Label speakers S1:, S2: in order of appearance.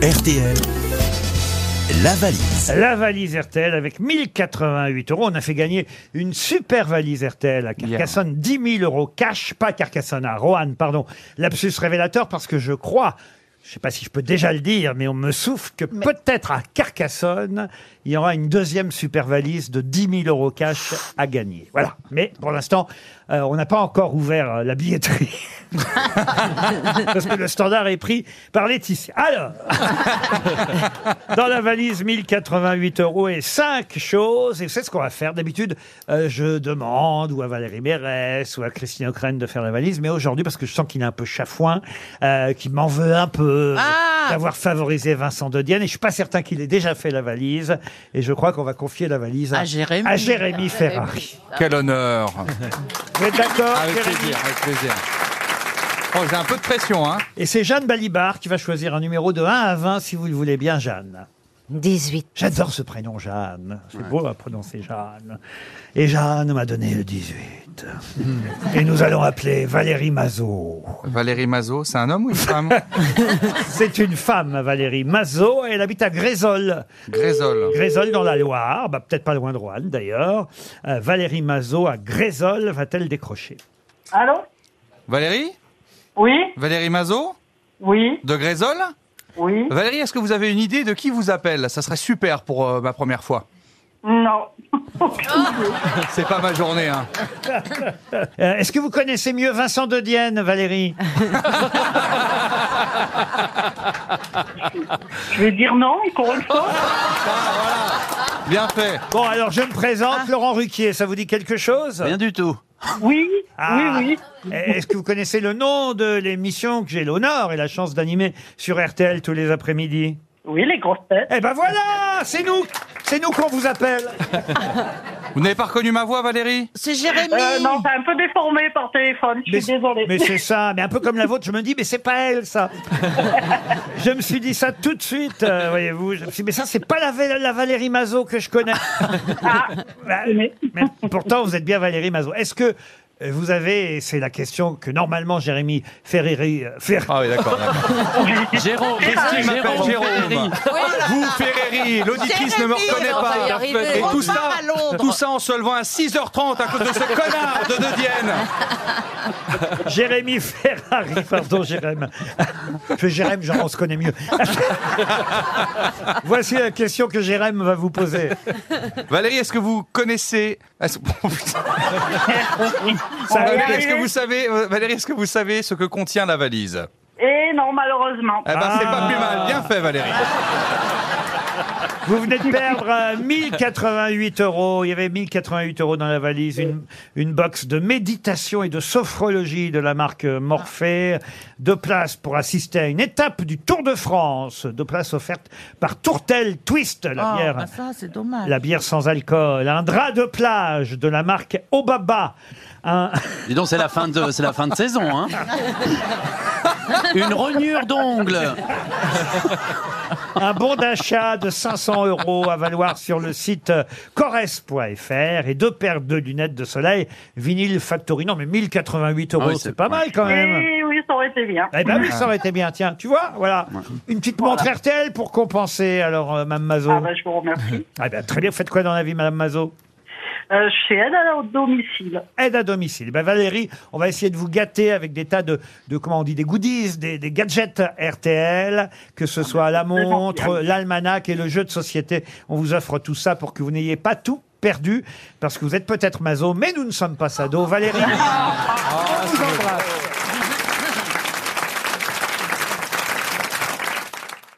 S1: RTL, la valise.
S2: La valise RTL avec 1088 euros. On a fait gagner une super valise RTL à Carcassonne. 10 000 euros cash, pas Carcassonne, à Roanne, pardon. Lapsus révélateur parce que je crois, je sais pas si je peux déjà le dire, mais on me souffle que peut-être à Carcassonne, il y aura une deuxième super valise de 10 000 euros cash à gagner. Voilà. Mais pour l'instant, euh, on n'a pas encore ouvert euh, la billetterie. parce que le standard est pris par Laetitia. Alors, dans la valise, 1088 euros et 5 choses. Et c'est ce qu'on va faire. D'habitude, euh, je demande ou à Valérie Mérès ou à Christine O'Crane de faire la valise. Mais aujourd'hui, parce que je sens qu'il est un peu chafouin, euh, qu'il m'en veut un peu euh, d'avoir favorisé Vincent Dodienne. Et je suis pas certain qu'il ait déjà fait la valise. Et je crois qu'on va confier la valise à,
S3: À Jérémy.
S2: à Jérémy Ferrari.
S4: Quel honneur
S2: Vous êtes d'accord,
S4: Avec
S2: Jérémy
S4: plaisir, avec plaisir. Oh, j'ai un peu de pression, hein
S2: Et c'est Jeanne Balibar qui va choisir un numéro de 1 à 20, si vous le voulez bien, Jeanne.
S3: 18.
S2: J'adore ce prénom, Jeanne. C'est beau à prononcer Jeanne. Et Jeanne m'a donné le 18. Et nous allons appeler Valérie Mazot.
S4: Valérie Mazot, c'est un homme ou une femme
S2: C'est une femme, Valérie Mazot. Elle habite à Grézol.
S4: Grésol.
S2: Grézol dans la Loire. Bah, Peut-être pas loin de Roanne, d'ailleurs. Euh, Valérie Mazot à Grézol va-t-elle décrocher
S5: Allô
S4: Valérie
S5: Oui,
S4: Valérie Mazot
S5: oui,
S4: De Grésol
S5: oui.
S4: Valérie, est-ce que vous avez une idée de qui vous appelle Ça serait super pour euh, ma première fois.
S5: Non.
S4: C'est pas ma journée, hein.
S2: Euh, Est-ce que vous connaissez mieux Vincent de Dienne, Valérie
S5: Je vais dire non, encore une fois.
S4: Bien fait.
S2: Bon, alors je me présente, Laurent Ruquier. Ça vous dit quelque chose
S6: du tout.
S5: Oui,
S2: Ah.
S5: oui, oui.
S2: Est-ce que vous connaissez le nom de l'émission que j'ai l'honneur et la chance d'animer sur RTL tous les après-midi
S5: Oui, les grosses têtes.
S2: Eh ben voilà, c'est nous, c'est nous qu'on vous appelle.
S4: Vous n'avez pas reconnu ma voix, Valérie
S3: C'est Jérémy.
S5: Euh, non, c'est un peu déformé par téléphone, je suis désolée.
S2: mais c'est ça, mais un peu comme la vôtre, je me dis, mais c'est pas elle ça. je me suis dit ça tout de suite, euh, voyez-vous. Je me suis dit, mais ça, c'est pas la, Val- la Valérie Mazot que je connais. Bah,
S5: Ah. Mais-
S2: mais pourtant, vous êtes bien Valérie Mazot. Est-ce que euh, vous avez, et c'est la question que normalement Jérémy Ferreri, euh, Fer-
S4: Ah oui, d'accord. d'accord.
S6: Jérôme,
S4: Il m'appelle
S6: Jérôme,
S4: Jérôme. Vous, Ferreri, l'auditrice ne me reconnaît pas. Et tout ça, tout ça en se levant à 6h30 à cause de ce connard de De Dienne.
S2: Jérémy Ferrari, pardon Jérémy. Je Jérémy, genre on se connaît mieux. Voici la question que Jérémy va vous poser.
S4: Valérie, est-ce que vous connaissez est-ce- Oh, putain.
S2: Ça a
S4: Valérie,
S2: l'air-
S4: est-ce que vous savez euh, Valérie, est-ce que vous savez ce que contient la valise
S5: Et non, malheureusement.
S4: Eh ben, c'est
S2: Ah.
S4: pas plus mal. Bien fait, Valérie.
S2: vous venez de perdre euh, 1088 euros. Il y avait 1088 euros dans la valise. Une, une box de méditation et de sophrologie de la marque euh, Morphée. Deux places pour assister à une étape du Tour de France. Deux places offertes par Tourtel Twist, la bière.
S3: Oh, bah ça, c'est dommage.
S2: La bière sans alcool, un drap de plage de la marque Obaba, un,
S6: Dis donc, c'est la fin de, c'est la fin de saison, hein. Une rognure d'ongle.
S2: un bon d'achat de 500 euros à valoir sur le site euh, cores.fr et deux paires de lunettes de soleil vinyle factory. Non, mais 1088 euros,
S6: Ah oui,
S2: c'est
S6: c'est-
S2: pas mal quand même.
S5: Oui, oui, ça aurait été bien.
S2: Eh ben oui, ça aurait été bien. Tiens, tu vois, voilà. Une petite montre RTL pour compenser, alors, euh, Mme Mazot.
S5: Ah ben, je vous remercie.
S2: Ah ben, très bien. Vous faites quoi dans la vie, Mme Mazot
S5: Euh, je suis aide à la domicile.
S2: aide à domicile. Ben Valérie, on va essayer de vous gâter avec des tas de, de comment on dit, des goodies, des, des gadgets RTL, que ce soit la montre, l'almanach et le jeu de société. On vous offre tout ça pour que vous n'ayez pas tout perdu, parce que vous êtes peut-être Mazo, mais nous ne sommes pas Sado. Valérie, on vous embrasse.